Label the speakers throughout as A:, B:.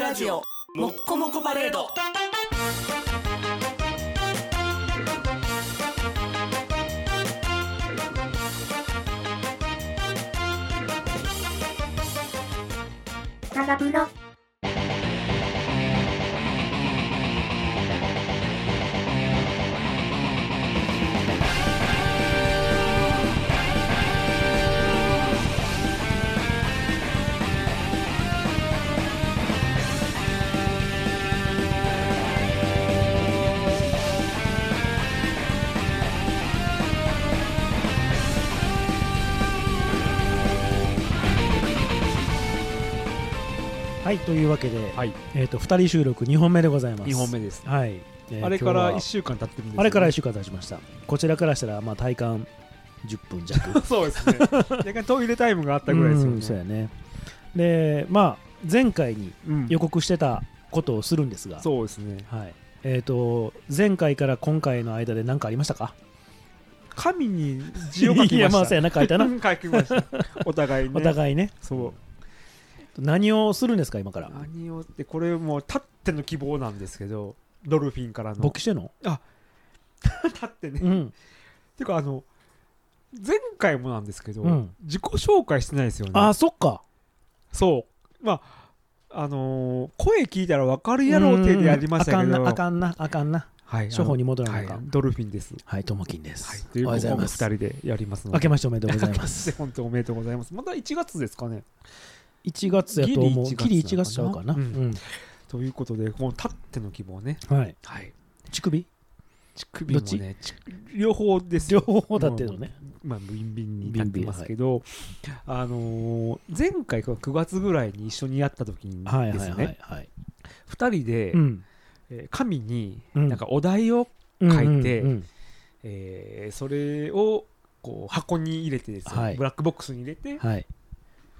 A: ラジオもっこもこパレード
B: タガプロ、
C: はいというわけで、
D: はい
C: えー、と2人収録2本目でございます
D: 2本目です、
C: はい、えー
D: あれから
C: 今日
D: 1週間経ってるんです
C: は
D: よね
C: あれから1週間経ちましたこちらからしたら、まあ、体感10分弱
D: そうです ね若干トイレタイムがあったぐらいですよ
C: うんそうや
D: ね
C: ねでまあ前回に
D: うん
C: 予告してたことをするんですが、
D: そうですね
C: はいえー、と前回から今回の間で何かありました か
D: 神に字を書き
C: いや
D: ま
C: まあそう
D: した
C: やな書い たな、
D: うん書きましたお互いね
C: お互いね
D: そう
C: 何をするんですか今から
D: 何をってこれもうたっての希望なんですけどドルフィンからの
C: 勃起してんの
D: たってね
C: うん
D: てかあの前回もなんですけど、
C: うん
D: 自己紹介してないですよね
C: ああそっか
D: そうまああのー声聞いたら分かるやろう手でやりましたけ
C: うん
D: ど
C: うんあかんなあかんなあかんな
D: はい、
C: 処方に戻ら
D: は
C: ない
D: い
C: かん、
D: ドルフィンです
C: はい、ともきんです。
D: はい、
C: おはようございま
D: 二
C: す。
D: 人でやりますの
C: 明
D: で。
C: けましておめでとうございま。
D: です 本当おめでとうございます。また1月ですかね。
C: 1月やと思う。
D: ギ
C: ギ
D: リ
C: リ
D: 1
C: 1
D: 月
C: 月
D: ち
C: ち
D: ゃ
C: ゃ
D: う
C: う
D: か
C: かな。
D: なうん
C: うん
D: ということで、このたっての希望ね。
C: はい。
D: はい。
C: 乳首
D: 乳首も
C: どっ
D: ね、ち両方です
C: 両
D: よ。
C: 方だってのね。
D: まあ、ビンビンに立ってますけど、あのー前回が9月ぐらいに一緒にやった時にですね、
C: は
D: 二
C: いはいはいはい。
D: 2人で、
C: うん。
D: えー紙に
C: うん
D: なんかお題を、
C: うん
D: 書いて
C: うんうん
D: えーそれをこう箱に入れてですね、
C: はい
D: ブラックボックスに入れて、
C: はい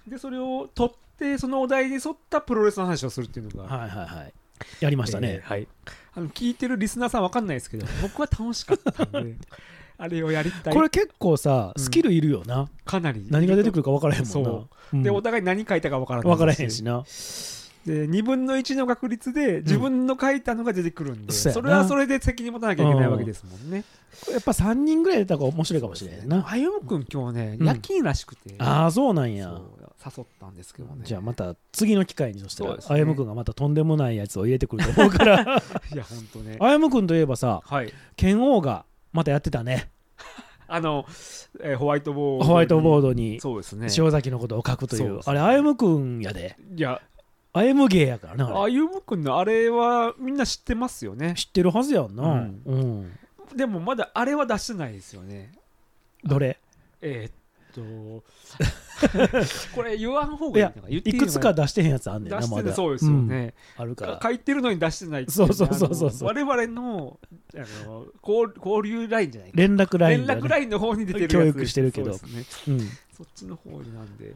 D: でそれを取ってそのお題に沿ったプロレスの話をするっていうのが
C: はいはいはい。やりました
D: え
C: ね
D: ー。はい、あの聞いてるリスナーさんわかんないですけ ど僕は楽しかったんで あれをやりたい
C: これ結構さ、
D: うん
C: スキルいるよな。
D: かなり
C: 何が出てくるか分からへんもんな
D: そ。
C: うん
D: でお互い何書いたかわからない
C: 分からへんしな。
D: で2分の1の確率で自分の書いたのが出てくるんで、
C: うんそうやな
D: それはそれで責任持たなきゃいけないわけですもんね、
C: やっぱ3人ぐらい出た方が面白いかもしれへんな。
D: あゆむくん今日ね、
C: うん
D: 夜勤らしくて
C: ああ、そうなんや。
D: そう誘ったんですけどね
C: じゃあまた次の機会にそした
D: そう
C: ら
D: ですね
C: あやむくんがまたとんでもないやつを入れてくると思うから
D: いや本当ね
C: あやむくんといえばさ
D: はい
C: 剣王がまたやってたね
D: あの、えーホワイトボードに
C: ホワイトボードに
D: そうですね
C: 塩崎のことを書くとい
D: そう
C: う
D: ですね
C: あれあやむくんやで
D: いや
C: あやむ芸やからなあ
D: あゆむくんのあれはみんな知ってますよね
C: れ知ってるはずやんな、
D: う
C: うんん
D: でもまだあれは出してないですよね。
C: どれ
D: えーっと これ言わん方がいいのか言ってい
C: い
D: いの
C: くつか出してへんやつあんねん
D: 出
C: な
D: して
C: ま
D: る
C: だ
D: そうですよね、
C: うんあるか
D: から書いてるのに出してないっていね
C: そうそうそうそうそう
D: あの我々のあの交交流ラインじゃない
C: 連絡ライン
D: 連
C: が、
D: 絡
C: ね
D: ラインの方に出てるやつ
C: 教育してるけど
D: そうですね
C: うん、
D: そっちの方になんで。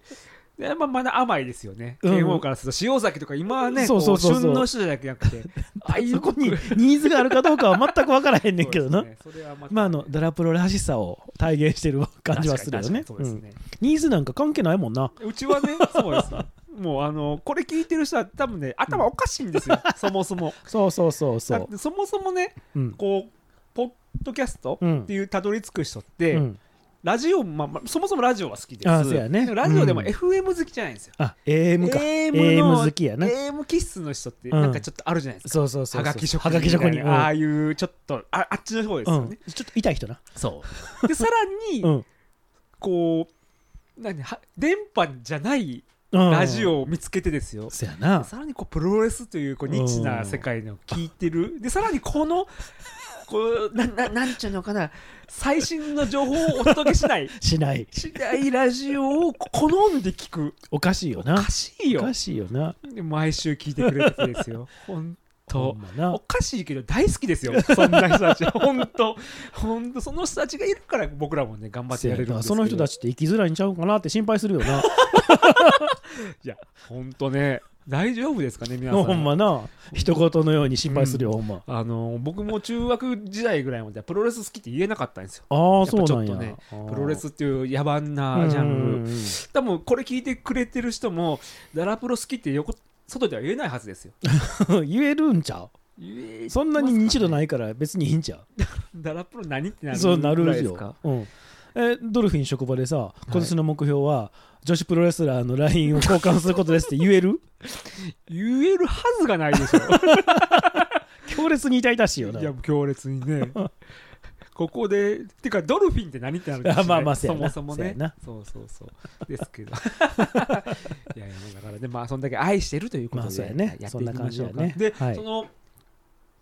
D: でまあ、まだ甘いですよね。
C: うん
D: 剣王からすると、塩崎とか今はね、
C: そうそうそうそう
D: こ旬の人じゃなくて、あゆ
C: そ
D: むく
C: こ
D: ん
C: にニーズがあるかどうかは全く分からへんねんけどな、
D: そうですねそれはまた
C: まああのダラプロらしさを体現してる感じはするよね
D: 確かに確かにそう
C: うん
D: ですね、
C: ニーズなんか関係ないもんな
D: うち はね、そうですよ。もうあのこれ聞いてる人は多分ね頭おかしいんですよ、そもそも
C: そうそうそうそ
D: だっ
C: う
D: てそもそもね
C: うん
D: こうポッドキャスト
C: うん
D: っていうたどり着く人って、
C: うん
D: ラジオ、まあまあ、そもそもラジオは好きです
C: あそうやね
D: でもラジオでも
C: うん
D: FM 好きじゃないんですよ、
C: あ AM か
D: AM の
C: AM 好きやな
D: AM 気質の人って
C: うん
D: なんかちょっとあるじゃないですか、
C: そうそうそうそう
D: はがき職人
C: はがき職
D: みた
C: 人
D: いなああいうちょっとああっちの方です
C: うん
D: よ
C: うん
D: ね、
C: ちょっと痛い人な
D: そうでさらに、
C: うん
D: こう何は電波じゃない
C: うん
D: ラジオを見つけてですよ、
C: そやな
D: さらにこうプロレスというこうニッチな世界の聞いてる、でさらにこのこうなななんちゅうのかな最新の情報をお届けしない
C: しない
D: しないラジオを好んで聞く
C: おかしいよ
D: お
C: な
D: かしい
C: お
D: よ
C: かしいよな
D: で毎週聞いてくれててです よ本
C: ほ
D: 当
C: んま
D: お
C: な
D: かしいけど大好きですよ そんな人たち本当 本当その人たちがいるから僕らもね頑張ってやれるんですけ
C: そ
D: ど
C: の人たちって生きづらいんちゃうかなって心配するよな
D: いや本当ね大丈夫ですかね皆さ ん
C: ほんまな一言のように心配するよほんま
D: あの僕も中学時代ぐらいまではプロレス好きって言えなかったんですよ。
C: ああ
D: やっぱち
C: そ
D: ょ
C: う
D: っと
C: なん
D: ね
C: や
D: プロレスっていう野蛮
C: あー
D: なジャンル。
C: うんうんうん
D: 多分これ聞いてくれてる人も、ダラプロ好きってよこ外では言えないは ずですよ。。
C: 言えるんちゃうそんなに認知度ないいから別にいいんちゃう
D: ダラプロ何ってなる
C: そうな
D: ぐら
C: る
D: いです
C: よ
D: か、。
C: うん、えドルフィン職場でさ今年の目標は、女子プロレスラーの LINE を交換することですって言える
D: 言えるはずがないでしょ。
C: 強烈に痛々しいよない
D: や強烈に ねここでてかドルフィンって何ってなるんです
C: あ まあまあそう
D: そ
C: やな
D: もそも
C: そうや
D: ね
C: な
D: そうそうそうですけど いやいやだからねまあそんだけ愛してるというこ
C: ま
D: とで、
C: あそうやね
D: やってい
C: そ
D: きましょう
C: んな感じ
D: か、
C: やね
D: で、
C: はい
D: その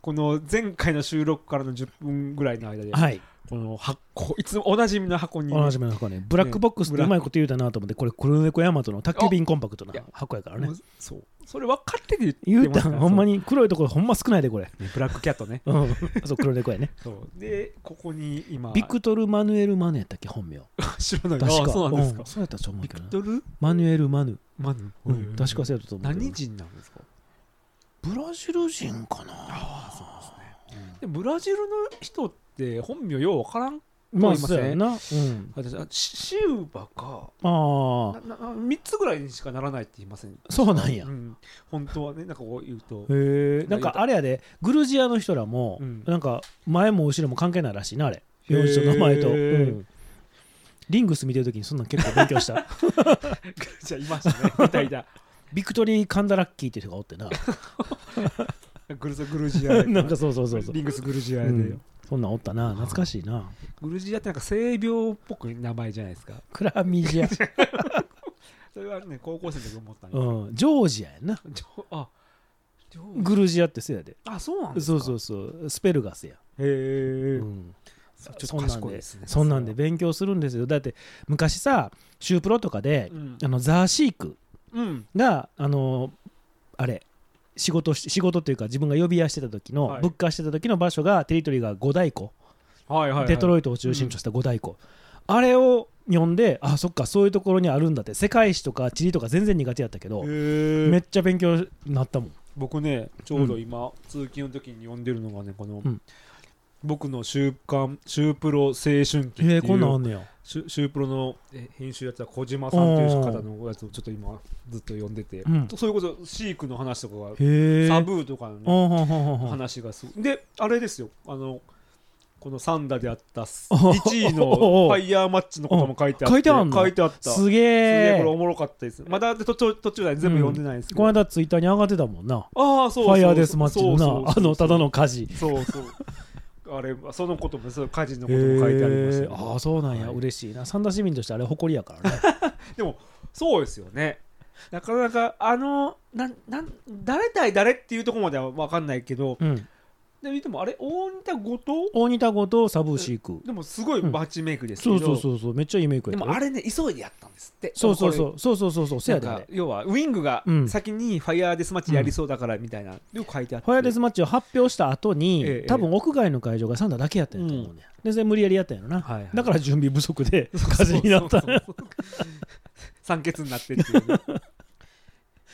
D: この前回の収録からの10分ぐらいの間で、
C: はい
D: この箱いつもおなじみの箱に、
C: おなじみの箱ねブラックボックスってうまいこと言うたなと思ってこれ黒猫ヤマトの宅急便コンパクトない
D: や
C: 箱やからね
D: もうそうそれ分かってて
C: 言
D: 言って
C: う
D: ま
C: た
D: すから
C: ほんまに黒いところほんま少ないでこれ
D: そうねブラックキャットね
C: うんそう黒猫や ね
D: そうでここに今
C: ビクトル・マヌエル・マヌやったっけ本名
D: 知らない
C: 確か
D: あそうなんですか
C: う、そうやったと思う
D: ビ
C: け
D: ク
C: どな
D: トル
C: マヌエル・マヌ、
D: マヌ、
C: うん
D: へー
C: 確かそうやったと思うけど
D: 何人なんですか
C: ブラジル人かな
D: でブラジルの人って本名ようわからん
C: ま
D: 思
C: あ
D: います
C: そう
D: ね
C: やな、うん、
D: 私あシシウバか
C: あ
D: な
C: あ
D: な3つぐらいにしかならないって言いません
C: そうなんや
D: うん、本当はねなんかこう言うと
C: へえなんかあれやでグルジアの人らも、
D: うん
C: なんか前も後ろも関係ないらしいなあれ名字と名前と、
D: へー
C: うんリングス見てる時にそんなん結構勉強した
D: じゃあいましたねみたい な
C: ビクトリー・カンダラッキーっていう人がおってな
D: グルジグルジアで
C: なんかそうそうそうそう
D: リングスグルジアで、
C: うんそんなんおったな懐かしいな
D: グルジアってなんか性病っぽく名前じゃないですか
C: クラミジア、
D: それはね高校生の時思ったんで、
C: うん、ジョージアやな
D: ちょあちょ
C: グルジアってせやで
D: あそうなんです
C: そ
D: か
C: うそうそうスペルガスや、
D: へえ、
C: うん
D: ちょっ
C: そ
D: と
C: んなん
D: 賢い
C: で
D: ですね
C: そんなんで勉強するんですよだって昔さシュープロとかで、
D: うん
C: あのザーシーク
D: うん
C: があのあれ仕事し仕事っていうか自分が呼び屋してた時の、
D: はい
C: ブッカーしてた時の場所がテリトリーが五大湖、
D: はいはい、はい、
C: デトロイトを中心とした五大湖、あれを読んであそっかそういうところにあるんだって世界史とか地理とか全然苦手やったけど、
D: へえ
C: めっちゃ勉強になったもん
D: 僕ねちょうど今、通勤の時に読んでるのがねこの、
C: うん
D: 僕の「週刊週プロ青春期」ってい
C: え
D: う
C: ー、こんなんあんねや
D: 週週プロのえ編集やってた小島さんという方のやつをちょっと今ずっと読んでて、
C: うん
D: そういうこと飼育の話とかが、
C: へえ
D: サブーとかの、ね
C: ほんほんほんほんほん
D: 話がすごいであれですよあのこのサンダであ った
C: おお
D: 1位のファイヤーマッチのことも書いてあって
C: お書いてあんの
D: 書いてあったす
C: すげ
D: げえこれ
C: え
D: おもろかったですまだ途中途中で全部読んでないんですけど、
C: この間ツイッターに上がってたもんな
D: ああそうそうそう
C: ファイヤーデスマッチの
D: そうそう
C: な
D: そ
C: あ
D: う
C: のただの火事
D: そうそうあれそのこともその家事のことも書いてありましたけど、
C: へーああそうなんや、
D: はい
C: 嬉しいな三田市民としてあれ誇りやからね
D: でもそうですよねなかなかあのなんなん誰対誰っていうところまでは分かんないけど
C: うん
D: でもでもあれ大仁田後藤
C: 大仁田子とサブーシーク
D: でもすごいバッチメイクですけ
C: そ
D: ど、
C: うそうそうそうめっちゃいいメイク
D: で
C: やった
D: もあれね急いでやったんですって
C: そうそう
D: これ
C: そうそうそうそうそうせやで
D: な
C: あ
D: んか
C: れ
D: 要はウィングが
C: うん
D: 先にファイヤーデスマッチやりそうだからみたいな、よく書いてあって
C: ファイアデスマッチを発表した後に、
D: ええ
C: 多分屋外の会場がサンダだけやったんやと思うね、でそれ無理やりやったんやろな、
D: はいはい
C: だから準備不足で 風になった
D: そうそうそうそう酸欠になってっていうね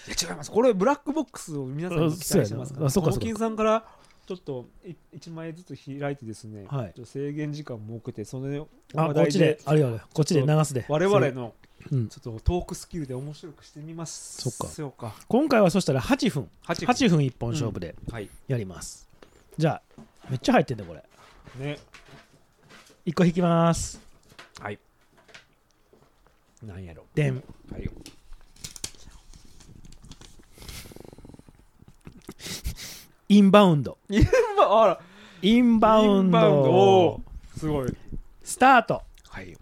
D: いや違いますこれブラックボックスを皆さんに期待してますから
C: あそうやなあそうかそうか
D: モーキンさんからちょっと1枚ずつ開いてですね、
C: はい
D: ちょっと制限時間を設けてその
C: あ
D: 話
C: こっ
D: 題
C: ちで
D: で
C: あれやれこっちで流すで
D: 我々の
C: うん
D: ちょっとトークスキルで面白くしてみます
C: そっか
D: そうか
C: 今回はそしたら8分
D: 8
C: 8分一本勝負で
D: はい
C: やります、じゃあめっちゃ入ってんだこれ
D: ね
C: 1個引きます
D: はいなんやろ
C: でん
D: はい
C: インバウンド
D: インバあら
C: インバウンド
D: おーすごい
C: スタート
D: はい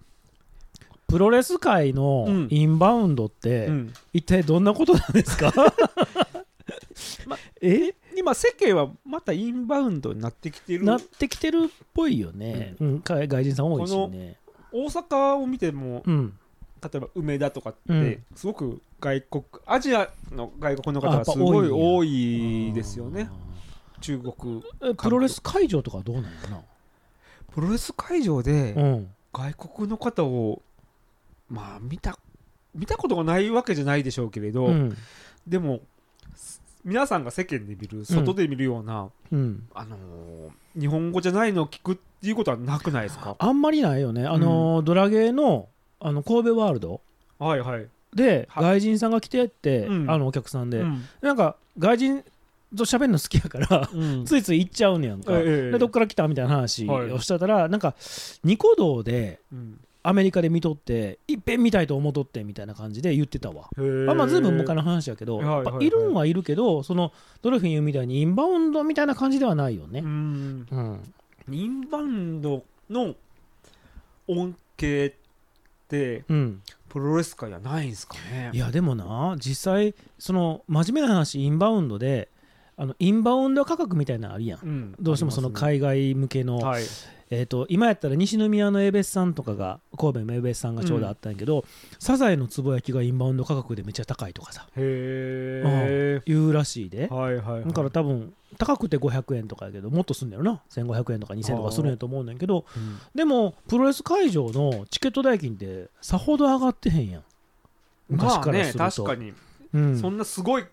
C: プロレス界の
D: うん
C: インバウンドって、
D: うん
C: 一体どんなことなんですか、
D: ま
C: え
D: 今世間はまたインバウンドになってきてる
C: なってきてるっぽいよね、うん海外人さん多いしね、
D: 大阪を見ても
C: うん、
D: 例えば梅田とかっ
C: う
D: て
C: ん
D: すごく外国アジアの外国の
C: あや
D: 方
C: っ
D: が
C: ぱ
D: すごい
C: 多
D: 多いですよね中国
C: えプロレス会場とかどうなんやな、
D: プロレス会場で
C: うん、
D: 外国の方をまあ見た見たことがないわけじゃないでしょうけれど、
C: うん
D: でもす皆さんが世間で見る外で見るような、
C: うん、
D: あのー日本語じゃないのを聞くっていうことはなくないですか
C: あんまりないよねあのー、ドラゲーのあの神戸ワールド
D: はいはい
C: で
D: はい
C: 外人さんが来てって、
D: うん
C: あのお客さんで、
D: うん
C: なんか外人と喋るの好きやから
D: うん
C: ついつい行っちゃうねやんか、
D: ええ
C: でどっから来たみたいな話
D: はい
C: をしてたら、なんかニコ動で
D: うん
C: アメリカで見とっていっぺん見たいと思っとってみたいな感じで言ってたわ。
D: へー
C: あまあ、ずいぶん昔の話やけど、
D: はいはいはい
C: やっぱいるんはいるけどそのドルフィン言うみたいにインバウンドみたいな感じではないよね
D: う。ん
C: うん
D: インバウンドの恩恵って
C: うん、
D: プロレス界じゃないんですかね
C: いやでもな実際その真面目な話インバウンドであのインバウンド価格みたいなのあるやん。
D: ん
C: どうしてもその
D: あり
C: 海外向けの、
D: ますね
C: えー、と今やったら西宮のエベスさんとかが神戸のエベスさんがちょうどあったんやけど、サザエのつぼ焼きがインバウンド価格でめっちゃ高いとかさ
D: はいへ
C: いうらしいで、
D: えはいはいはい
C: だから多分高くて500円とかやけどもっとすんだよな1500円とか2000円とかするんやと思うねんけど
D: うん
C: でもプロレス会場のチケット代金ってさほど上がってへんやん昔
D: まあ
C: から
D: ね
C: すると、
D: 確かに
C: うん、
D: そんなすごい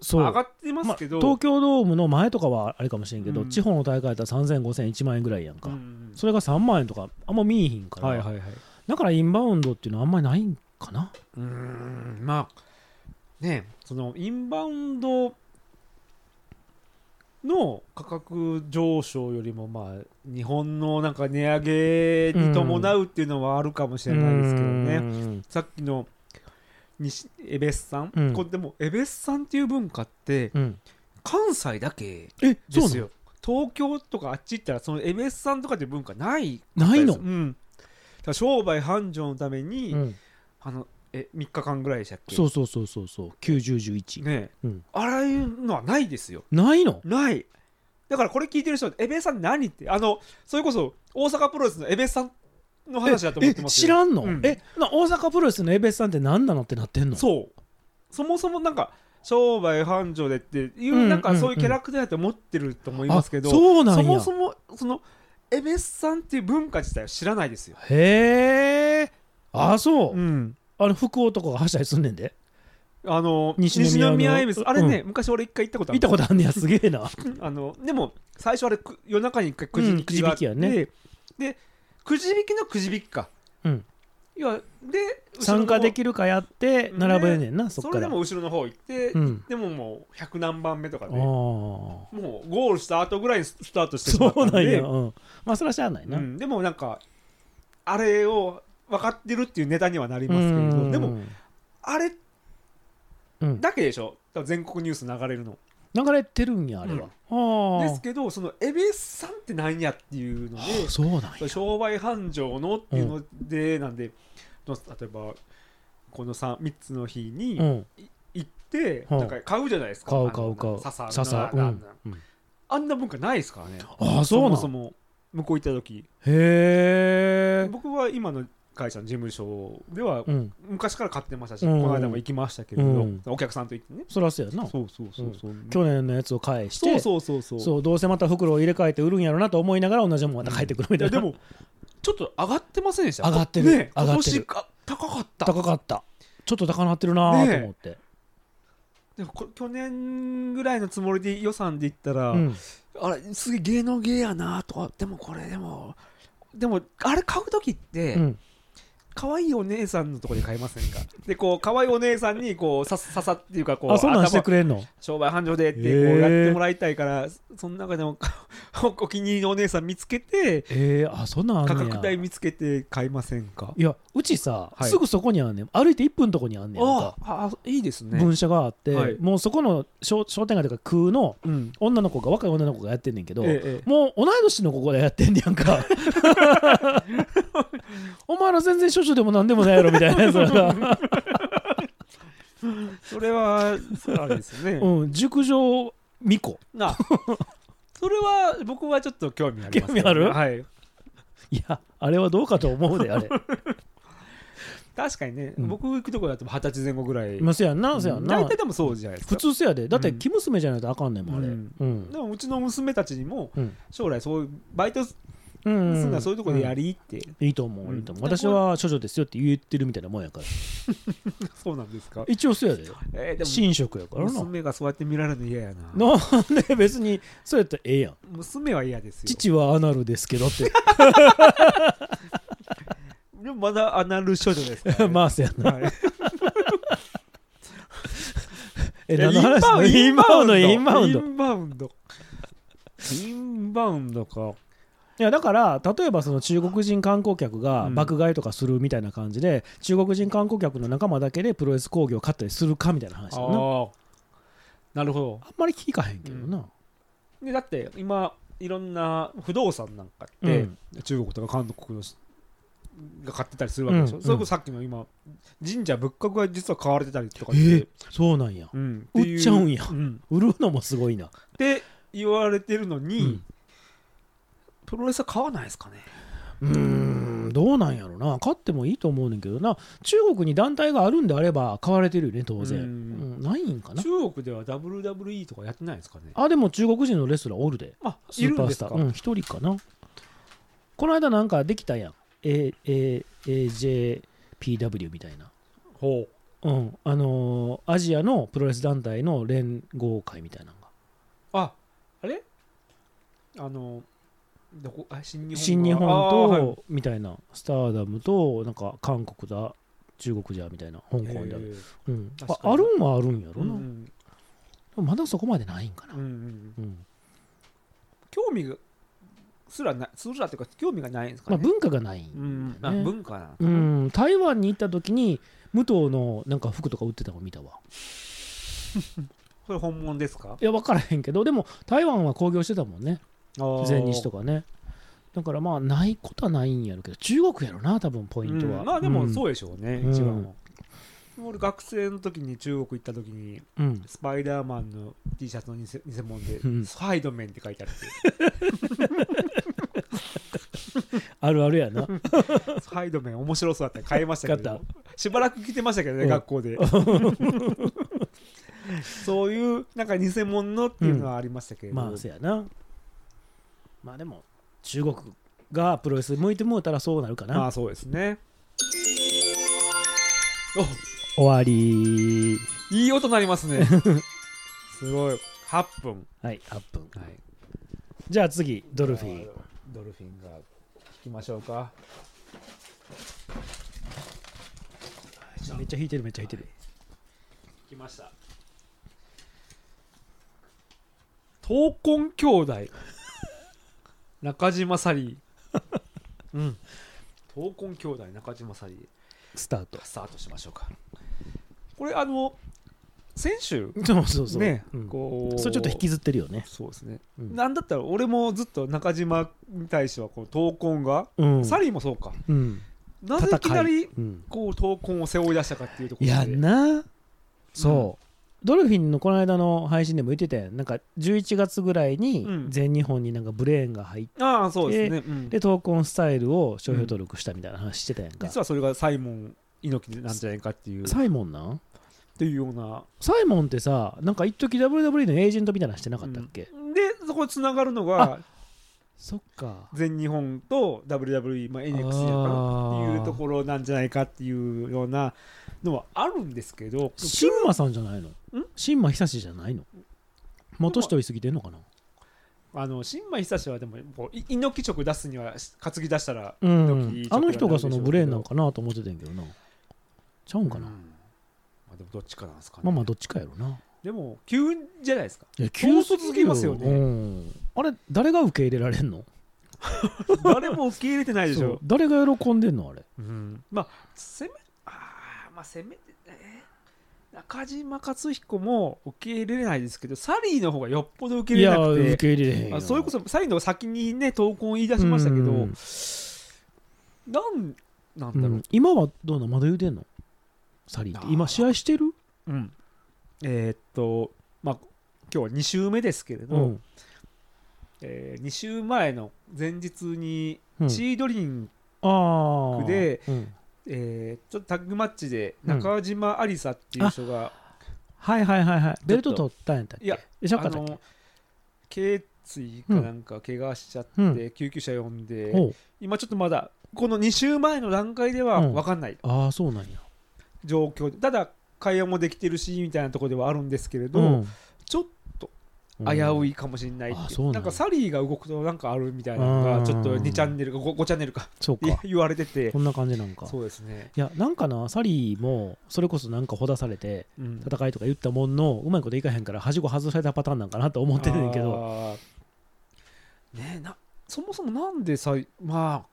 C: そう
D: 上がってますけど
C: まあ東京ドームの前とかはあれかもしれんけど、
D: うん
C: 地方の大会やったら3000、5000、1万円ぐらいやんか、
D: うん
C: それが3万円とかあんま見えへんから、
D: はいはいはい
C: だからインバウンドっていうのはあんまりないんかな、
D: うーんまあねそのインバウンドの価格上昇よりもまあ日本のなんか値上げに伴うっていうのはあるかもしれないですけどね、
C: ね
D: さっきの西エベスさん、
C: うん
D: これでもエベスさんっていう文化って
C: うん、
D: 関西だけ
C: え
D: で
C: そう
D: す
C: な
D: よ東京とかあっち行ったらそのエベスさんとかっていう文化ない
C: のないの
D: です、うん、だから商売繁盛のために、
C: うん
D: あのえ3日間ぐらいでしたっけ
C: そうそうそうそうそう9011、
D: ねえ、
C: うん
D: あらゆるのはないですよ
C: ないの
D: ないだからこれ聞いてる人エベさん何ってあのそれこそ大阪プロレスのエベさんの話だと思ってます
C: え知ら
D: ん
C: んの、
D: うん
C: えな大阪プロレスのエベスさんって何なのってなってんの
D: そうそもそもなんか商売繁盛でっていう、
C: うん
D: なん
C: う
D: か
C: んうん
D: そういうキャラクターだと思ってると思いますけど、
C: あそうなんや
D: そもそもそのエベさんっていう文化自体を知らないですよ、
C: へえあそう、
D: うん、
C: あの福男がはしゃいすんねんで
D: あの
C: 西
D: 西
C: 宮の
D: 宮エベスあれね、昔俺一回行ったことある
C: 見たことあんねやすげえ な
D: あのでも最初あれく夜中に一回くじ引きがあって、
C: うんくじ引きや
D: でくじ引きのくじ引きか、
C: うん
D: いやで
C: 参加でき
D: る
C: るかやって並べんねんな、そ
D: そ
C: っか
D: れ
C: ら
D: でも後ろの方行って、
C: うん
D: でももう100何番目とか
C: あ
D: で、
C: ー
D: もうゴールした後ぐらいにススタートしてしま
C: そ
D: った
C: うんなん
D: で
C: や、うん、まあそれはしゃあないな、
D: うんでもなんかあれを分かってるっていうネタにはなりますけ
C: う
D: れ
C: ん
D: どでもあれ
C: うん
D: だけでしょ多分全国ニュース流れるの
C: 流れてるんやあれは、あ
D: で
C: ー
D: すけどそのエベさんってなんやっていうので
C: はあそうなんや
D: 商売繁盛のっていうのでなんで、の例えばこの 3, 三つの日
C: う
D: に
C: ん、
D: 行って、
C: うん
D: なんか買うじゃないですか
C: 買う買う買う
D: 笹
C: 笹
D: な
C: うんん
D: なん
C: うん
D: あんな文化ないですからね
C: ああそうなん
D: そもそも向こう行った時
C: へえ
D: 僕は今の会社の事務所では
C: うん
D: 昔から買ってましたし、
C: うん
D: この間も行きましたけれど、
C: うん
D: お客さんと行ってね、
C: そらそうやな
D: そうそうそうそう、
C: 去年のやつを返して
D: そうそうそうそう
C: そうどうせまた袋を入れ替えて売るんやろなと思いながら同じもんまた返ってくるみ
D: い
C: た
D: や
C: いな、
D: でもちょっと上がってませんでした
C: 上がってる
D: ね
C: 上がってる
D: 今年か高かった
C: 高かったちょっと高なってるなーと思って、
D: でもこ去年ぐらいのつもりで予算で言ったら、
C: うん、
D: あれすげえ芸能芸やなとかでもこれでもでもあれ買う時って、
C: うん
D: 可愛いお姉さんのとこで買いませんかでこう可愛いお姉さんにこうさささっていうかこう
C: あそんなんして
D: 頭
C: くれんの
D: 商売繁盛でってこ
C: へえ
D: うやってもらいたいから、その中でも お気に入りのお姉さん見つけて
C: えー、あそんなんあんね
D: 価
C: や
D: 格帯見つけて買いませんか
C: いやうちさ、
D: はい
C: すぐそこにあんねん歩いて1分のとこにあんねんなん
D: あ
C: か
D: あいいですね、
C: 分社があって、
D: はい
C: もうそこの商商店街とか空の
D: うん
C: 女の子が若い女の子がやってんねんけど、
D: ええええ
C: もう同い年のここでやってんねやん かお前ら全然処女でもなんでもないやろみたいなやつらが、
D: それはそうあれですね、
C: うん、熟女巫女
D: な それは僕はちょっと興味あります
C: 興
D: けどね、
C: 味ある
D: はい
C: いやあれはどうかと思うで あれ
D: 確かにね、
C: うん
D: 僕行くとこだと二十歳前後ぐらい、
C: まあせやんなせやんな
D: 大体でもそうじゃないですか
C: 普通せやでだって
D: うん
C: 生娘じゃないとあかんねんもんあれ
D: うん
C: うん
D: でもうちの娘たちにも
C: うん
D: 将来そういうバイトす
C: うんん
D: ならそういうとこでやりって、
C: いいと思ういいと思う
D: うん
C: 私は処女ですよって言ってるみたいなもんや から
D: そうなんですか
C: 一応そうやで
D: えーでも
C: 寝食やからな
D: 娘がそうやって見られるの嫌や
C: な
D: な
C: んで別にそうやったらええやん
D: 娘は嫌ですよ
C: 父はアナルですけどって
D: でもまだアナル少女ですから、ね
C: まあそうやな
D: はい
C: え何の話インバウンドインバウンド
D: インバウンドインバウンドか
C: いやだから例えばその中国人観光客が
D: うん
C: 爆買いとかするみたいな感じで、中国人観光客の仲間だけでプロレス興行を買ったりするかみたいな話だなあん
D: ああなるほ
C: まり聞かへんけどな、
D: どでだって今いろんな不動産なんかって、
C: うん
D: 中国とか韓国のしが買ってたりするわけでし
C: う
D: ょ、
C: ん
D: それこそさっきの今神社仏閣が実は買われてたりとか
C: え
D: って、
C: ーそうなんや
D: うん、てい
C: 売っちゃうんや
D: うん
C: 売るのもすごいな
D: って言われてるのに、
C: うん
D: プロレスは買わないですかね
C: うーんどうなんやろな勝ってもいいと思うねんけどな中国に団体があるんであれば買われてるよね当然、
D: うん
C: うんないんかな
D: 中国では WWE とかやってないですかね
C: あでも中国人のレスラーおるで
D: あ
C: ス
D: い
C: ー
D: る
C: パ
D: ん
C: ー
D: で
C: ス
D: す
C: ター
D: か、
C: うん一人かなこの間なんかできたやん AAJPW みたいな
D: ほう
C: うんあのーアジアのプロレス団体の連合会みたいなのが
D: ああれあのどこあ新日本が
C: 新日本
D: あーはい
C: とみたいなスターダムとなんか韓国だ中国じゃみたいな香港だ、
D: へー
C: うん、あ
D: 確かに
C: あるんはあるんやろ
D: うんう
C: な、
D: ん
C: まだそこまでないんかな
D: うんう、ん
C: うん
D: 興味がすらないすらっていうか興味がないんですか
C: まあ、
D: ね、
C: 文化がない、
D: うんあ
C: ね
D: 文化な
C: う
D: の
C: ん台湾に行った時に武藤のなんか服とか売ってたの見たわ
D: それ本物ですか
C: いや分からへんけどでも台湾は興行してたもんね全日と
D: か
C: かねだからまあないことはないんやろうけど中国やろな多分ポイントは、
D: まあでも
C: う
D: そ
C: ん、
D: うでしょうね、
C: うん
D: 一番は俺学生の時に中国行った時に
C: うん
D: スパイダーマンの T シャツの偽偽物で、
C: うん
D: サイドメンって書いてあって
C: あるあるや な
D: サイドメン面白そうだったから買いましたけ
C: 買っ
D: どしばらく着てましたけどね、
C: うん
D: 学校で そういうなんか偽物のっていうのはありましたけれど、
C: まあせやなまあでも中国がプロレス向いてもうたらそうなるかな、
D: まあそうですね
C: 終わり
D: おいい音なります ねすごい8分、
C: はい8分
D: はい、
C: じゃあ次ドルフィン
D: ドルフィンが聞きましょうか
C: めっちゃ引いてるめっちゃ引いてる
D: 来ました闘魂兄弟中島サリーうん闘魂兄弟中島サリー
C: スタート
D: スタートしましょうかこれあの先週
C: そうそうそう。
D: ね、
C: うん
D: こう
C: それちょっと引きずってるよね。
D: そうですね、
C: うん
D: なんだったら俺もずっと中島に対してはこう闘魂が、
C: うん。
D: サリーもそうか
C: うん、
D: なぜいきな
C: 戦
D: り
C: うん
D: こう闘魂を背負い出したかっていうとこ
C: い
D: ろ
C: や
D: で
C: な、そう。ドルフィンのこの間の配信でも言ってたやんなんか11月ぐらいに
D: うん
C: 全日本になんかブレーンが入って、
D: ああそうですね、うん
C: で闘魂スタイルを商標登録したみたいな話してたやんか、
D: 実はそれがサイモン猪木なんじゃないかっていうっ
C: サイモンなん
D: ていうような
C: サイモンってさなんか一時 WWE のエージェントみたいなのしてなかったっけ、
D: うんでそこにつながるのが
C: そっか
D: 全日本と WWE、まあ、NXT だからっていうところなんじゃないかっていうようなのはあるんですけど
C: シンマさんじゃないのシンマ久志じゃないの元しとりすぎてんのかな
D: あの新米久志はでもこうい猪木直出すには担ぎ出したら
C: う
D: 時
C: ん、
D: 々
C: あの人がそのブレーンなんかなと思ってたんやけどなちゃうんかな、
D: うんまあ、でもどっちかなんですかね、
C: まあまあどっちかやろな
D: でも急じゃない ですか
C: いや
D: 唐突ぎますよね
C: うんあれ誰が受け入れられんの
D: 誰も受け入れてないでし
C: そ
D: ょ
C: う、誰が喜んでんのあれ
D: うん、まあ攻めあーまあ攻めて、えー中島克彦も受け入れれないですけどサリーの方がよっぽど受け
C: い
D: 入れ
C: や
D: なくて
C: 受け入れれへんよ
D: あそれこそサリーの先にね闘魂を言い出しましたけど、
C: うん
D: なんなん
C: う
D: だろう、
C: ん今はどうなのまだ言うてんのサリーって
D: あ
C: 今
D: ー
C: 試合してる
D: うんえーっとまあ今日は2週目ですけれど、
C: うん
D: え2週前の前日に
C: うん
D: チードリン、
C: ああ
D: で
C: うん
D: えーちょっとタッグマッチで中島ありさっていう人が、
C: はいはいはいはいベルト取ったんやったっけ
D: いや
C: えちゃうか
D: あ
C: ったっけ
D: の頸椎かなんか怪我しちゃって、
C: うん
D: 救急車呼んで、
C: おう
D: 今ちょっとまだこの2週前の段階では
C: うん
D: 分かんない
C: ああそうなんや
D: 状況でただ会話もできてるしみたいなところではあるんですけれど、
C: うん
D: ちょっと危ういかもしれないってい
C: あそうなんだ
D: なんかサリーが動くとなんかあるみたいなのがちょっと
C: うん
D: 2チャンネルか 5, チャンネルか
C: そうか
D: 言われてて
C: こんな感じなんか
D: そうですね、
C: いやなんかなサリーもそれこそなんかほだされて
D: うん
C: 戦いとか言ったもんのうまいこといかへんからはしご外されたパターンなんかなと思ってんねんけど
D: あーねえなそもそもなんでさま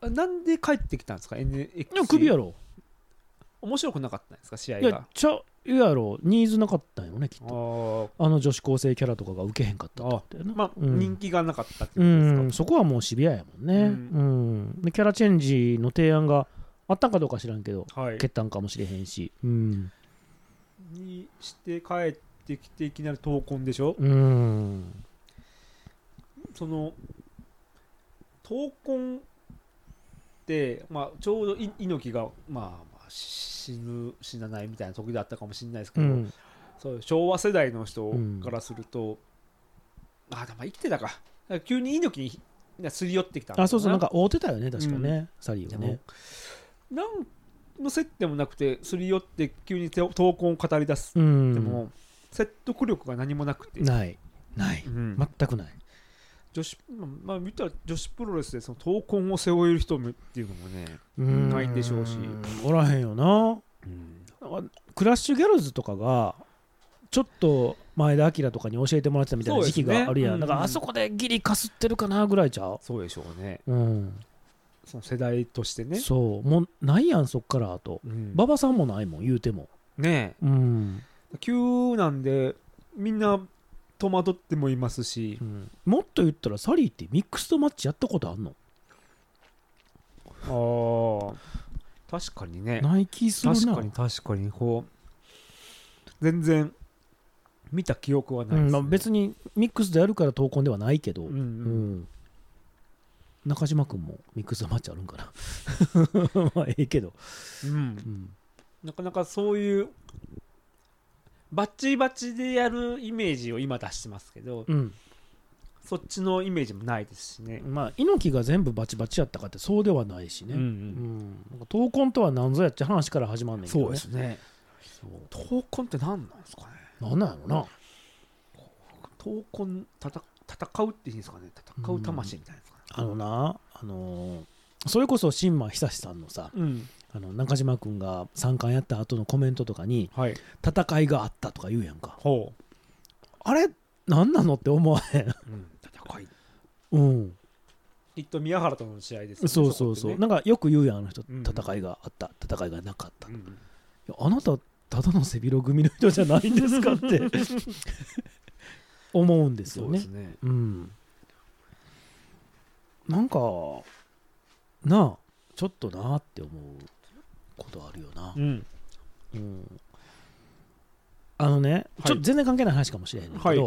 D: あなんで帰ってきたんですか NX
C: でも首やろ
D: 面白くなかったんですか試合
C: い
D: が
C: やちゃうやろニーズなかったんよねきっ
D: あ
C: と
D: ー
C: あの女子高生キャラとかが受けへんかったってことやな
D: まあ、
C: うん
D: 人気がなかったって
C: う
D: ことですか、
C: ん、そこはもうシビアやもんね、う
D: うん
C: でキャラチェンジの提案があったんかどうか知らんけど
D: はい
C: 蹴ったんかもしれへんしうん、
D: にして帰ってきていきなり闘魂でしょ
C: うん、
D: その闘魂って、まあ、ちょうどい猪木が、まあ、まあ死ぬ死なないみたいな時だったかもしれないですけ
C: う
D: ど、
C: ん、
D: そう昭和世代の人
C: うん
D: からすると、ああでも生きてたかだから急に猪木になすり寄ってきただ
C: あそうそうなん
D: か
C: か追うてたよね確かね、サリーはね
D: ななんの接点もなくてすり寄って急に手を闘魂を語り出す
C: う
D: で
C: ん
D: も、説得力が何もなくて、
C: ないない、
D: うん
C: 全くない
D: 女子まあまあ見たら女子プロレスでその闘魂を背負える人もっていうのもね、
C: うん
D: ないんでしょうし
C: おらへんよなあクラッシュギャルズとかがちょっと前田明とかに教えてもらってたみたいな時期があるやん、
D: そうですねうん
C: だからあそこでギリかすってるかなぐらいちゃう
D: そうでしょうね
C: うん、
D: その世代としてね、
C: そうもうないやんそっからあと
D: うん
C: 馬場さんもないもん言うても
D: ね
C: うん、
D: え急なんでみんな戸惑ってもいますし
C: もっと言ったらサリーってミックスとマッチやったことあんの
D: あー確かにね
C: ナイキするな
D: 確かに確かにこう全然見た記憶はな
C: う
D: い
C: ん
D: です、ね
C: まあ、別にミックスでやるから闘魂ではないけど、
D: う
C: うん
D: んうん
C: 中島君もミックスとマッチあるんかな まあええけど、
D: うん
C: うん
D: なかなかそういうバッチバチでやるイメージを今出してますけど、
C: うん
D: そっちのイメージもないですしね。
C: まあ猪木が全部バチバチやったかってそうではないしね、
D: うんう
C: うん
D: ん
C: なんか闘魂とは何ぞやって話から始まんねんけど、ね、
D: ね。
C: そう
D: 闘魂って何なんですかね。
C: なんなんやろな
D: 闘魂戦戦うっていうんですかね。戦う魂みたいなですかね。
C: あのなあのーそれこそ新馬久志さんのさ
D: うん、
C: あの中島君が三冠やった後のコメントとかに
D: はい。
C: 戦いがあったとか言うやんか
D: ほ
C: あれ何なのって思わへん
D: う。うん、戦い。
C: うん
D: きっと宮原との試合ですよね。
C: そうそうそう、
D: こって
C: な
D: ね
C: んかよく言うやんあの人
D: うん
C: 戦いがあった戦いがなかった、
D: う
C: い
D: ん
C: やあなたただの背広組の人じゃないんですかって思うんですよ
D: そうで
C: ね
D: すね。
C: うんなんかなあちょっとなあって思うことあるよな
D: うん。
C: うんあのね、
D: い
C: ちょっと全然関係ない話かもしれへんけど、
D: はい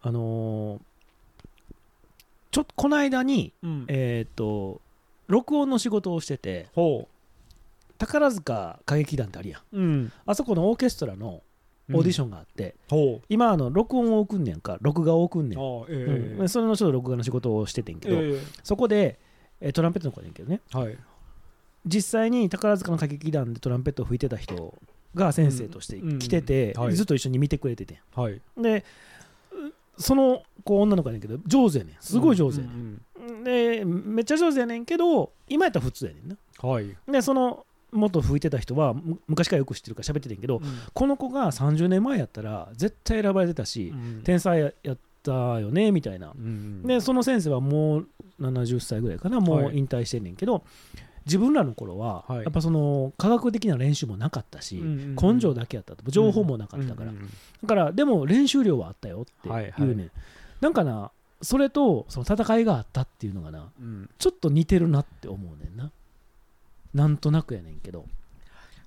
C: あのーちょっとこの間に、
D: うん。
C: えっ、と、録音の仕事をしてて、
D: ほ
C: 宝塚歌劇団ってあるやん。
D: う。うん。
C: あそこのオーケストラのオーディシ
D: ョン。
C: ョンがあって、
D: ほ
C: 今、あの、録音を送んねんか、録画を送んね
D: う。
C: ん。
D: ああ、ええ
C: うんそれのちょっと録画の仕事をしててんけど、
D: え
C: そこで、えートランペットの子やねんけどね、
D: えはい。
C: 実際に宝塚の歌劇団でトランペットを吹いてた人が先生として来てて、
D: うんうんはい
C: ずっと一緒に見てくれててん。
D: はい。
C: でうその子女の子やねんけど上手やねんすごい上手やね、
D: うんん
C: でめっちゃ上手やねんけど今やったら普通やねんな
D: うんはい。
C: でその元吹いてた人はむ昔からよく知ってるから喋っててんけど、
D: うん
C: この子が30年前やったら絶対選ばれてたし、
D: うん
C: 天才ややったよねみたいな、
D: うん
C: でその先生はもう70歳ぐらいかなも
D: は
C: う
D: い
C: 引退してんねんけど、自分らの頃は、
D: はい
C: やっぱその科学的な練習もなかったし、根性だけやったと情報もなかったから、
D: うんうん
C: だからでも練習量はあったよっていうね、
D: はいはい
C: なんかなそれとその戦いがあったっていうのがな
D: うん
C: ちょっと似てるなって思うねんななんとなくやねんけど、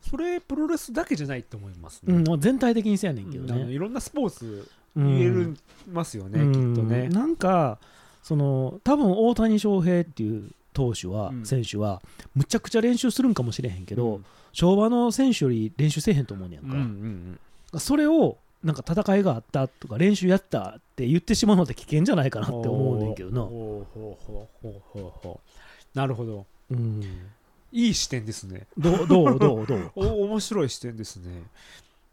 D: それプロレスだけじゃないと思います
C: う
D: ね。
C: ん、全体的にせやねんけ
D: うん
C: ど
D: あの
C: ね、
D: いろんなスポーツ
C: うん
D: 言えるますよね、
C: うん
D: きっとね。
C: なんかその多分大谷翔平っていう投手は、
D: うん
C: 選手はむちゃくちゃ練習するんかもしれへんけど、昭和の選手より練習せえへんと思うねやん
D: うん
C: か、
D: うんうん
C: それをなんか戦いがあったとか練習やったって言ってしまうのって危険じゃないかなって思うねんけどな、
D: ほうほうほうほうほうほうなるほど。
C: うん、
D: いい視点ですね。
C: どうどうどうど う
D: お面白い視点ですね。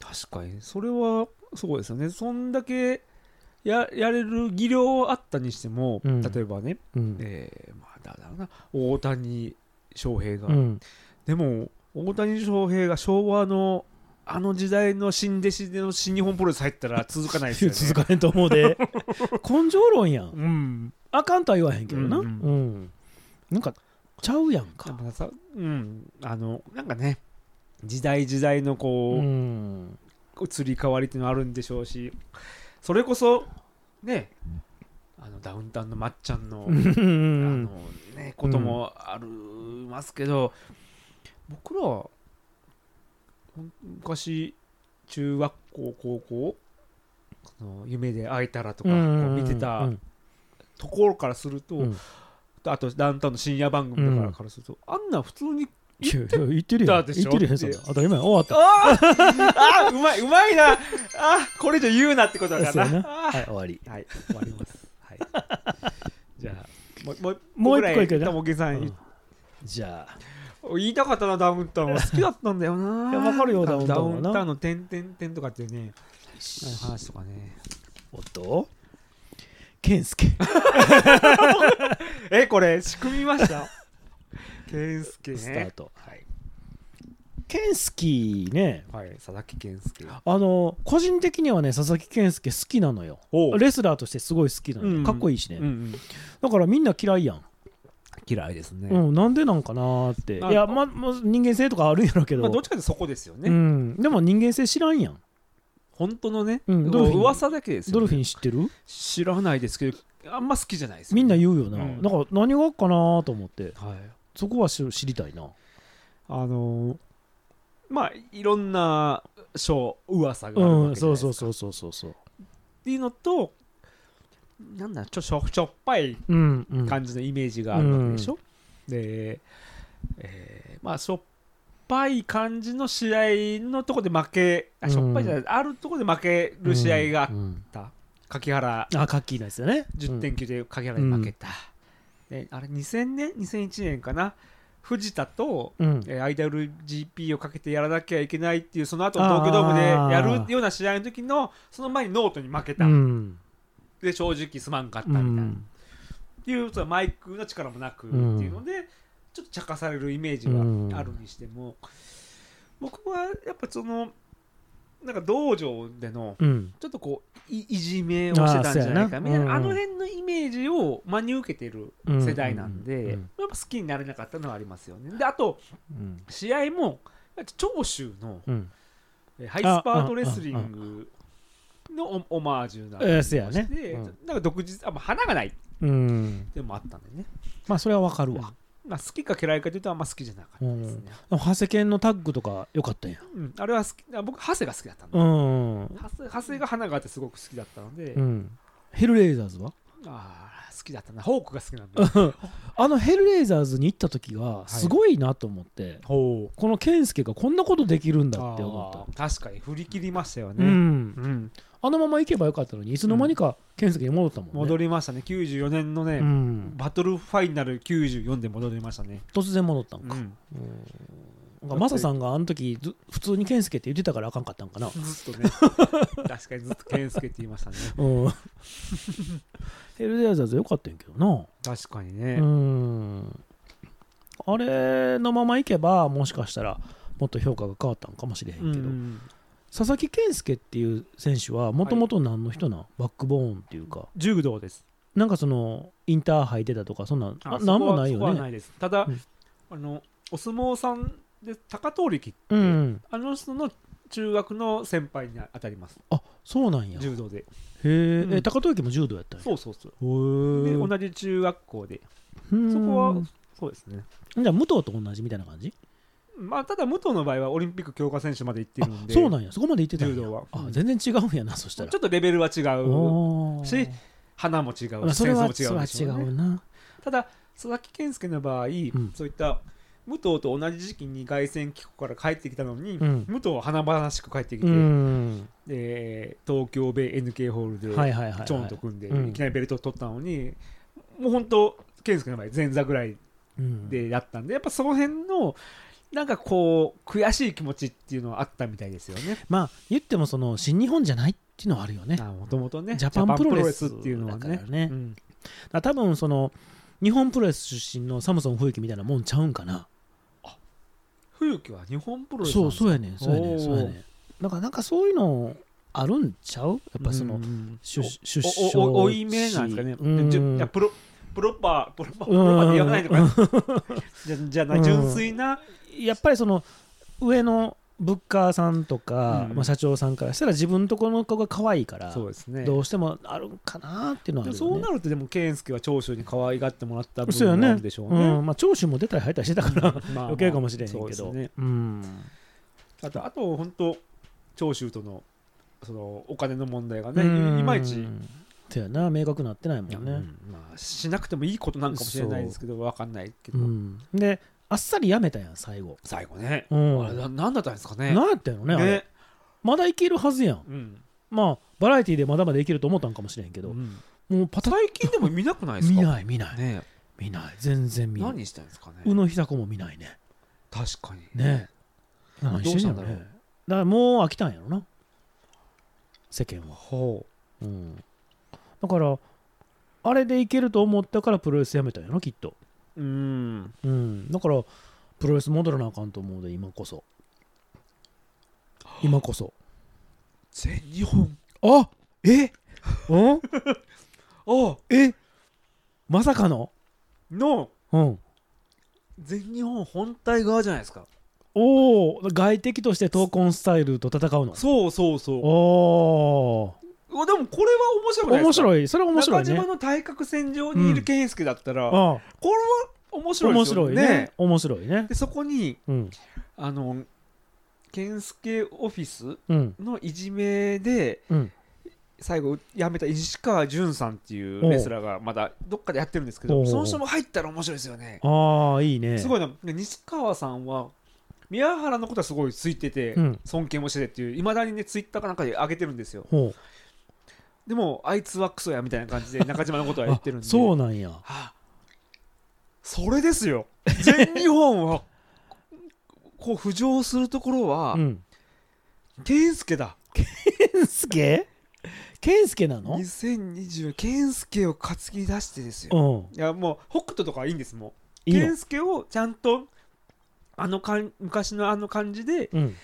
D: 確かにそれはそうですよね。そんだけややれる技量はあったにしても、
C: うん
D: 例えばね、
C: うん
D: えーまあ、だだろうな大谷翔平が、
C: うん
D: でも大谷翔平が昭和のあの時代の新弟子での新日本プロレス入ったら 続かないですよね。
C: 続かへんと思うで根性論やん
D: うん、
C: あかんとは言わへんけどな、う
D: うんん
C: なんかちゃうやん
D: で
C: か
D: もさ、うん、あのなんかね時代時代の
C: う
D: こう、
C: ん
D: 移り変わりっていうのはあるんでしょうしそれこそねあのダウンタウンのまっちゃんの,、
C: うんう
D: あの
C: ん
D: ね、こともありますけど、僕らは昔中学校高校その夢で会えたらとかこう見て
C: う
D: た
C: ん
D: ところからすると、
C: うん
D: あとダウンタウンの深夜番組とかからすると、あんな普通に
C: いやいや言ってる
D: 言
C: や
D: っ
C: ん
D: たで
C: 言っ
D: しょ
C: てるやんそんな当たり前や終わった
D: あーあーうまいうまいなあーこれ以上言うなってことだから
C: そうや
D: な
C: な
D: あー
C: はい終わり
D: はい終わりますはい じゃあもうもう
C: もう一個
D: 僕らへ
C: いくよな
D: 多分おげさん、
C: じゃあ
D: 言いたかったなダウンタウン好きだったんだよない
C: やわかるよダウンタウンはな
D: ダウの点々点とかっていうねあの話とかね
C: おっと健介
D: えこれ仕組みました 健介ね
C: スタート
D: はい
C: 健介ね
D: はい佐々木健介
C: あの個人的にはね佐々木健介好きなのよ
D: お
C: レスラーとしてすごい好きなのよ、
D: うん
C: かっこいいしね、
D: うんうん、
C: だからみんな嫌いやん、
D: 嫌いですね、
C: うん、なんでなんかなーってい
D: まあ
C: やままあ人間性とかあるんやろうけど,、
D: まあ、どっちかってそこですよね、
C: うん、でも人間性知らんやん
D: 本当のね、
C: うんドルフィン
D: 噂だけですよ、ね、
C: ドルフィン知ってる
D: 知らないですけどあんま好きじゃないですよね、
C: みんな言うよな、
D: うん
C: だから何があっかなーと思って
D: はい、
C: そこは知知りたいな
D: あのーまあいろんな賞噂がある
C: う
D: わけ
C: ん
D: じゃ
C: そ
D: ないうですか
C: そうそうそうそうそう
D: っていうのとなんだちょしょしょっぱい
C: うんうん
D: 感じのイメージがあるわけでしょ、で、えーまあしょっぱい感じの試合のとこで負けあしょっぱいじゃない、あるとこで負ける試合があっ
C: うんうん
D: た、柿原
C: あカッキーなんですよね
D: 10点級で影原に負けた、であれ2000年2001年かな藤田と、
C: うん、うん
D: えー IWGP をかけてやらなきゃいけないっていうその後東京ドームでやるような試合の時のその前にノートに負けた、
C: うん
D: で正直すまんかった
C: う
D: みたいな、っ
C: ん
D: ていうそのマイクの力もなくって
C: うん
D: いうので、ちょっと茶化されるイメージはあるにしても、僕はやっぱそのなんか道場での、
C: うん
D: ちょっとこういいじめをしてたんじゃないか
C: あーそうやな
D: みたいな、あ
C: うんうん
D: の辺のイメージを真に受けてる世代なんで、
C: うんうんうん
D: やっぱ好きになれなかったのはありますよね。であと
C: うん
D: 試合も長州の
C: うん
D: えハイスパートレスリングのオオマージュな
C: えーそうやね
D: で
C: うん
D: なんか独自あまあ花がないって
C: うん
D: いうのもあったんでね、
C: まあそれはわかるわ、
D: まあ、好きか嫌いかというとあんま好きじゃなかったですね、
C: 長谷健のタッグとか良かったんや
D: うんあれは好きあ僕ハセが好きだったんで、
C: うん
D: ハセハセが花があってすごく好きだったので、
C: うんヘルレイザーズは
D: あー好きだったなホークが好きなんで
C: あのヘルレイザーズに行った時が
D: い
C: すごいなと思って、
D: ほう
C: この健介がこんなことできるんだって思った、
D: あー確かに振り切りましたよ
C: う
D: ね、
C: ん、
D: うん
C: あのまま行けばよかったのにいつの間にか健介に戻ったもんね、
D: 戻りましたね94年のね、
C: うん
D: バトルファイナル94で戻りましたね、
C: 突然戻ったん
D: う
C: か、
D: ん
C: うんマサさんがあの時ず普通に健介って言ってたからあかんかったんかな、
D: ず っとね確かにずっと健介って言いましたね
C: うん、 ヘルレイザーズよかったんやけどな
D: 確かに
C: う
D: ね、
C: んあれのままいけばもしかしたらもっと評価が変わったんかもしれへんけ
D: う
C: ど、
D: ん、
C: 佐々木健介っていう選手はもともと何の人なん、バックボーンっていうか
D: 柔道です
C: なんかそのインターハイ出たとかそんなんあなんもないよ
D: そこはそこはな
C: ね
D: いですただ、
C: うん
D: あのお相撲さんで高遠力
C: うんうん
D: あの人の中学の先輩に当たります
C: あそうなんやへ
D: 柔道で
C: え
D: うん
C: え高藤家も柔道やったんや
D: そうそうそう
C: へ
D: で
C: ー
D: 同じ中学校で
C: うん
D: そこはそうですね
C: じゃあ武藤と同じみたいな感じ
D: まあ、ただ武藤の場合はオリンピック強化選手まで行って
C: あ
D: るんで、
C: そうなんやそこまで行ってたんや
D: 柔道は
C: あ
D: うん
C: 全然違うんやなそし
D: ち
C: た
D: ょっ
C: ら
D: とレベルは違う、
C: おー
D: し花も違う
C: まあ
D: し、
C: それ
D: 戦
C: は
D: 争
C: それ
D: も違う
C: は
D: でし
C: 違
D: ょうね
C: うな
D: ただ、佐々木健介の場合、
C: ん
D: そういった武藤と同じ時期に凱旋帰国から帰ってきたのに、
C: うん
D: 武藤は華々しく帰ってきて、
C: うん
D: で東京米 NK ホールで、
C: はいはいはいはい
D: チョンと組んで、
C: うん
D: いきなりベルトを取ったのに、もう本当、健介の場合、前座ぐらい
C: うん
D: でやったんで、やっぱその辺の、なんかこう、悔しい気持ちっていうのはあったみたいですよね。
C: まあ言ってもその新日本じゃないっっていうのはあるよね。だか
D: もともとね
C: ジャパンプロレス
D: ジャパンプっていうのは
C: だ
D: ね
C: からね
D: うん
C: ら多分その日本プロレス出身のサムソン冬樹みたいなもんちゃうんかな。
D: 冬木は日本プロレス
C: そうそう
D: や
C: うやねんそうやね
D: お
C: ん
D: ー
C: そうやねん。だからなんかそういうのあるんちゃうやっぱその、出出生
D: おおおおいめなんですかね
C: うん
D: じゅいやプロプロパープロパー
C: う
D: プ
C: ん
D: ロパーって言わないのかな じゃじゃ
C: う
D: なん純粋な
C: やっぱりその上のブッカーさんとか、
D: うん
C: まあ、社長さんからしたら自分とこの子が可愛いから
D: そうですね
C: どうしてもあるんかなっていうのはあるよ、ね、
D: そうなるとでも健介は長州に可愛がってもらった部
C: そうや
D: 分
C: ね
D: もあるでしょうね
C: うんまあ、長州も出たり入ったりしてたから
D: まあ
C: 余計かもしれへんけど、
D: そうですね
C: うん
D: あとあと本当長州とのそのお金の問題がね
C: うん
D: いまいち
C: そうやな明確になってないも
D: いや
C: ん
D: う
C: ね
D: んまあしなくてもいいことなんかもしれないですけどわかんないけ
C: う
D: ど
C: ん、であっさりやめたやん最後、
D: 最後ね
C: うん、
D: あれななんだったんですかね
C: なんやったんやろねあれ
D: ね
C: まだいけるはずやん
D: うん
C: まあバラエティでまだまだいけると思ったんかもしれへんけど、
D: うん
C: もうパタッ
D: 最近でも見なくないですか
C: 見ない見ない、
D: ね
C: 見ない全然見ない
D: 何してんですかね
C: 宇野久子も見ないね
D: 確かに
C: ねえ何してんの
D: どうしたんだ
C: ね
D: ろう
C: だからもう飽きたんやろな世間は、
D: ほ
C: うん、だからあれでいけると思ったからプロレスやめたんやろきっと、
D: ううん
C: うん、だからプロレス戻らなあかんと思うで今こそ今こそ
D: 全日本
C: あえうん
D: あ
C: えまさかの
D: の
C: うん
D: 全日本本体側じゃないですか
C: おお外敵として闘魂スタイルと戦うの
D: そうそうそう
C: おお
D: うわでもこれは面白くないで
C: 面
D: すか
C: 白いそれは面白い
D: 中島
C: ね
D: の対角線上にいる健介だったら、こ
C: ああ
D: れは面白い
C: 面
D: ですよ
C: 白
D: ね
C: いね面白いね
D: でそこに
C: うん
D: あの健介オフィス
C: うん
D: のいじめで、
C: うん
D: 最後辞めた石川潤さんっていうレスラーがまだどっかでやってるんですけ
C: おう
D: ど
C: おうおう
D: その人も入ったら面白いですよね
C: ああいいね
D: すごいなで西川さんは宮原のことはすごいついてて、
C: うん
D: 尊敬もしててっていういまだにねツイッターかなんかで上げてるんですよ
C: ほう
D: でもあいつはクソやみたいな感じで中島のことは言ってるんで
C: あそうなんや
D: はあそれですよ全日本はこう浮上するところは、
C: うん
D: 健介だ
C: 健介健介なの
D: 2020健介を担ぎ出してですよ、
C: うん
D: いやもう北斗とかはいいんですもん
C: いいの
D: 健介をちゃんとあのかん昔のあの感じで
C: うん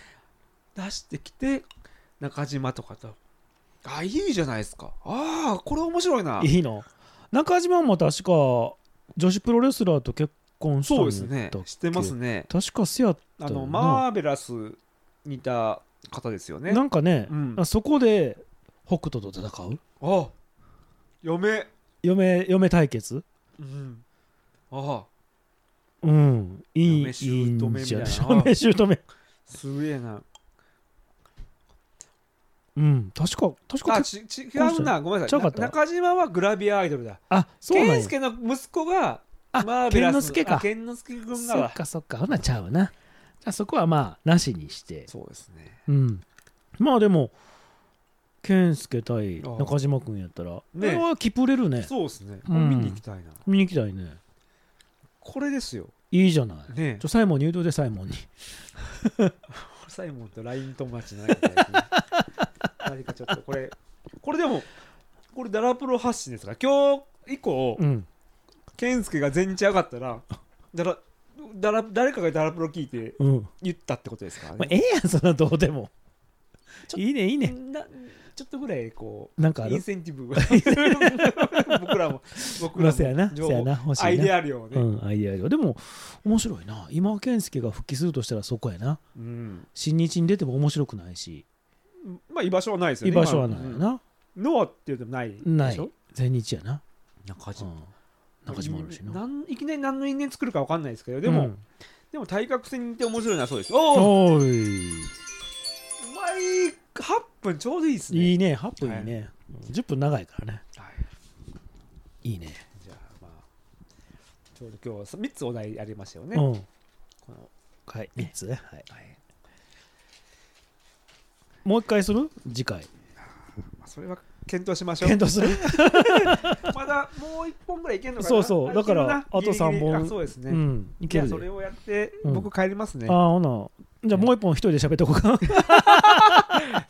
D: 出してきて中島とかとあいいじゃないですかああこれ面白いない
C: いの中島も確か女子プロレスラーと結婚したん
D: そ
C: や
D: う
C: ったっ
D: ですね
C: け
D: してますね
C: 確かせやった
D: あ
C: よ
D: の
C: な
D: マーベラスにいた方ですよね
C: なんかね
D: うん
C: あそこで北斗と戦う
D: あ嫁
C: 嫁嫁対決
D: うんああ
C: うんいい
D: 嫁姑みたいない
C: んじゃない 嫁姑
D: すげえな
C: うん確か確か
D: あ
C: 結
D: ちち違うなごめんな
C: ちゃ
D: さ
C: う
D: い
C: か
D: な
C: った
D: 中島はグラビアアイドルだ
C: あそうなん
D: 健
C: や
D: 介の息子が
C: あ
D: マーベラス
C: 健之介か
D: あ健之介君が
C: そっ
D: だ
C: かそっかほなちゃうなじゃあそこはまあなしにして
D: そうですね
C: うんまあでも健介対
D: ああ
C: 中島君やったらこ
D: ね
C: れはキプレるね
D: そうですね、
C: うん
D: 見に行きたいな
C: 見に行きたいね
D: これですよ
C: いいじゃない
D: ね
C: ちょサイモンに言うといてサイモンに
D: サイモンと LINE 友達じゃないか 最近何かちょっとこれこれでもこれダラプロ発信ですから今日以降
C: うん
D: 健介が全日上がったらダラダラ誰かがダラプロ聞いて
C: うん
D: 言ったってことですから
C: まあ
D: ね
C: ええやんそんなどうでも
D: ちょ
C: いいねいいね
D: なちょっとぐらいこ
C: なんかあ
D: うイン
C: る
D: センティブ 僕らも僕
C: ま
D: ら
C: あせやな
D: も
C: せ
D: 情
C: や
D: 報
C: な欲しいな
D: アイデア量をね、
C: うん、アイデアよでも面白いな今健介が復帰するとしたらそこやな
D: うん
C: 新日に出ても面白くないし
D: まあ居場所はないですよね
C: 居場所はないよ
D: 今
C: な、
D: うんノアっていうのもないでしょ
C: ない全日やな、
D: 中
C: う
D: 島、
C: ん、中島あるしな
D: なんいきなり何の因縁作るかわかんないですけどでも、
C: うん
D: でも対角線にいて面白いのはそうですおおう
C: おー
D: まい8分ちょうどいいです
C: い
D: ね
C: いいね8分いいね、10分長いからね
D: はい、
C: いいね
D: じゃあまあちょうど今日3つお題ありましたよね、
C: うん
D: この
C: はい3つね、はい、
D: はい
C: もう一回する次回
D: まあ、それは検討しましょう
C: 検討する
D: まだもう1本ぐらいいけるのかな
C: そうそう
D: あ
C: だから
D: いけるな
C: あと
D: ギリギリ
C: 三本
D: あそうですね、
C: うんい
D: じ
C: け
D: ゃあ
C: る
D: そ
C: で、
D: れをやって
C: うん
D: 僕帰りますね、
C: ああほなじゃあもう一本一人で喋っとこうか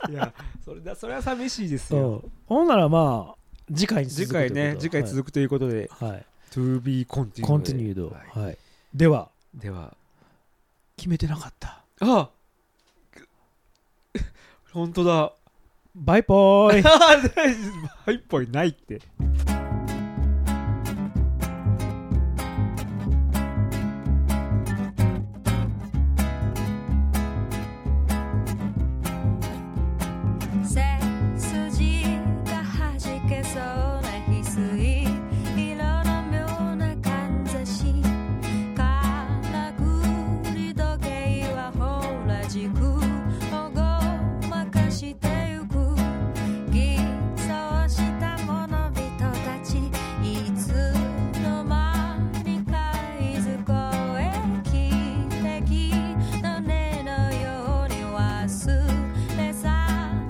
D: いやそれだそれは寂しいですよ
C: そうほんならまあ次回に続
D: 次
C: くということで
D: 回ね次回続くということで、
C: はい、はい、
D: To be continued
C: コンティニュード、
D: は
C: はいではい
D: では
C: 決めてなかった
D: あ く本当だ
C: バイポーイ
D: あー大事ハイポイないって
E: 背筋がはじけそうな翡翠色の妙なかんざしからくり時計はほら軸をごまかしてゆく偽装した物人たちいつの間にかいずこへ汽笛の音のように忘れ去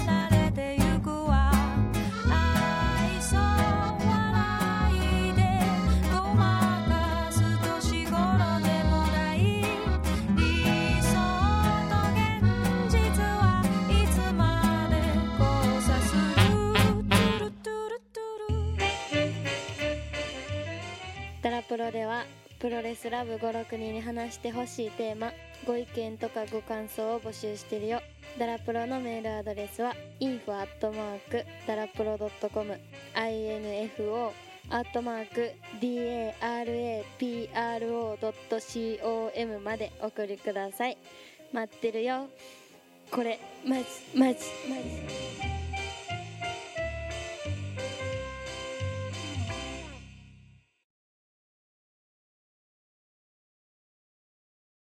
E: られてゆくわ愛想笑いでごまかす年頃でもない理想と現実はいつまで交差するトゥルトゥルトゥル
F: ダラプロではプロレスラブ56人に話してほしいテーマご意見とかご感想を募集してるよダラプロのメールアドレスは info アットマークダラプロ .com info アットマーク darapro.com までお送りください待ってるよこれマジマジマジ